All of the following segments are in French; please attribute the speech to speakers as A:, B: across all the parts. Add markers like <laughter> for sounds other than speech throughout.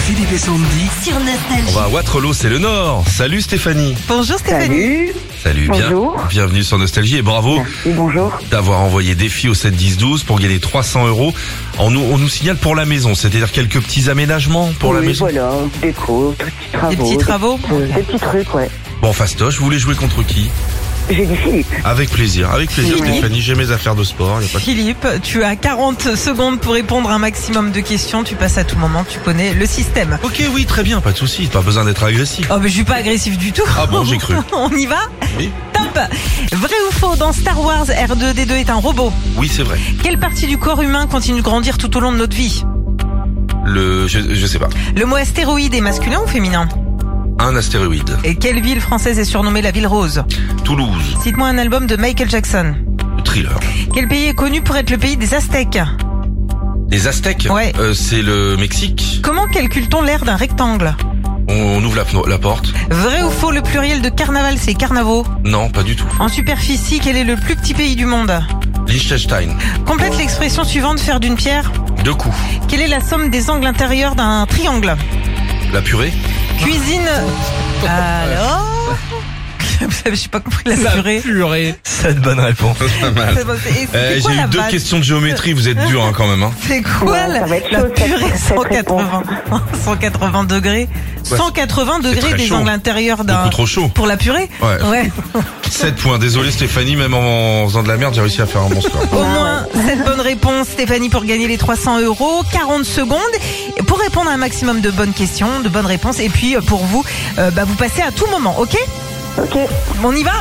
A: Philippe et Sandy.
B: sur
A: On
B: Nostalgie.
A: va à Waterloo, c'est le Nord. Salut Stéphanie.
B: Bonjour Stéphanie.
C: Salut.
A: Salut,
C: Bonjour.
A: bienvenue sur Nostalgie et bravo
C: Merci, bonjour.
A: d'avoir envoyé défi au 7-10-12 pour gagner 300 euros. On nous, on nous signale pour la maison, c'est-à-dire quelques petits aménagements pour la
C: oui,
A: maison.
C: voilà, déco, petits travaux.
B: Des petits travaux.
C: Des, des petits trucs, ouais.
A: Bon, Fastoche, vous voulez jouer contre qui
C: J'ai dit Philippe.
A: Avec plaisir, avec plaisir
B: Oui.
A: Stéphanie, j'ai mes affaires de sport. y a pas de-
B: Philippe, tu as 40 secondes pour répondre à un maximum de questions. Tu passes à tout moment, tu connais le système.
A: Ok, oui, très bien, pas de soucis, pas besoin d'être agressif.
B: Oh, mais je suis pas agressif du tout.
A: Ah bon, j'ai cru.
B: <laughs> On y va
A: Oui,
B: Top Vrai ou faux, dans Star Wars, R2D2 est un robot.
A: oui c'est vrai.
B: Quelle partie du corps humain continue de grandir tout au long de notre vie
A: Le, je, je sais pas,
B: Le mot astéroïde est masculin ou féminin
A: un astéroïde.
B: Et quelle ville française est surnommée la ville rose
A: Toulouse,
B: Cite-moi un album de Michael Jackson.
A: le thriller.
B: Quel pays est connu pour être le pays des Aztèques
A: Les Aztèques,
B: Ouais.
A: euh, c'est le Mexique.
B: Comment calcule-t-on l'aire d'un rectangle
A: On, on ouvre la- la porte.
B: Vrai ou faux, le pluriel de carnaval, c'est carnavaux.
A: Non, pas du tout.
B: En superficie, quel est le plus petit pays du monde
A: Liechtenstein,
B: Complète l'expression suivante, faire d'une pierre.
A: deux coups.
B: Quelle est la somme des angles intérieurs d'un triangle
A: La <laughs> purée
B: Cuisine... Alors <laughs> Je n'ai pas compris la durée.
D: purée.
A: Cette bonne réponse. Pas mal.
B: Et
A: Euh,
B: C'est quoi
A: J'ai
B: la
A: eu deux
B: base
A: questions de géométrie, vous êtes dur hein, quand même. Hein.
B: C'est quoi
C: Ouais,
B: la,
C: ça va être
B: la
C: chaud, cette-
B: purée
C: cette
B: 180 <laughs> 180 degrés 180 degrés
A: très
B: des
A: chaud.
B: angles intérieurs d'un...
A: Beaucoup trop chaud.
B: Pour la purée
A: Ouais.
B: ouais.
A: 7 points, désolé Stéphanie, même en faisant de la merde, j'ai réussi à faire un bon
B: <laughs>
A: score.
B: Au moins cette bonne réponse, Stéphanie, pour gagner les 300 euros, 40 secondes Et pour répondre à un maximum de bonnes questions, de bonnes réponses, et puis euh, pour vous, euh, bah, vous passez à tout moment, ok
C: Ok,
B: On y va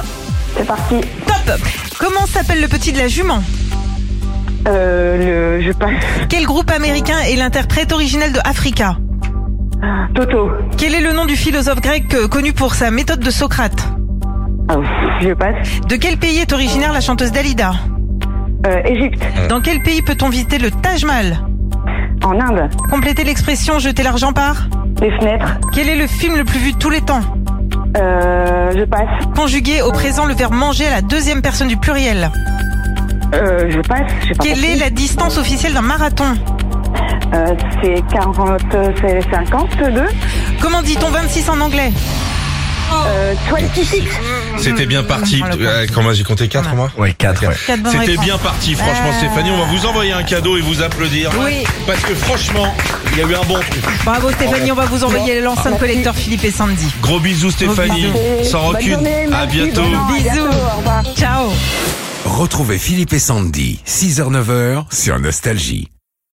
C: c'est parti.
B: Top Comment s'appelle le petit de la jument
C: Euh, le, je passe.
B: Quel groupe américain est l'interprète originel de Africa
C: Toto.
B: Quel est le nom du philosophe grec euh, connu pour sa méthode de Socrate
C: Ah, je passe.
B: De quel pays est originaire la chanteuse Dalida
C: Euh, Égypte.
B: Dans quel pays peut-on visiter le Taj Mahal
C: En Inde.
B: Complétez l'expression jeter l'argent par
C: Les fenêtres.
B: Quel est le film le plus vu de tous les temps
C: Euh, je passe.
B: Conjuguer au présent le verbe manger à la deuxième personne du pluriel.
C: Euh, je passe. Je pas
B: Quelle est
C: compris.
B: la distance officielle d'un marathon
C: Euh, c'est 40, c'est 52.
B: Comment dit-on 26 en anglais
C: Euh,
B: Oh.
C: 26.
A: C'était bien parti.
B: Voilà.
A: Euh, comment j'ai compté 4 moi
D: Ouais, 4, ouais.
B: Quatre bonnes
A: C'était
B: réponses.
A: bien parti, franchement Stéphanie, on va vous envoyer un cadeau et vous applaudir.
B: Euh. Oui.
A: Parce que franchement, il y a eu un bon truc.
B: Bravo Stéphanie, on va vous envoyer l'enceinte collecteur Philippe et Sandy.
A: Gros bisous Stéphanie,
C: Parfait.
A: sans
C: Bonne
A: rancune.
C: journée,
A: à
C: merci,
A: bientôt.
C: bon an, à
B: Bisous.
C: bientôt, au revoir.
B: Ciao
E: Retrouvez Philippe et Sandy, 6h-9h sur Nostalgie.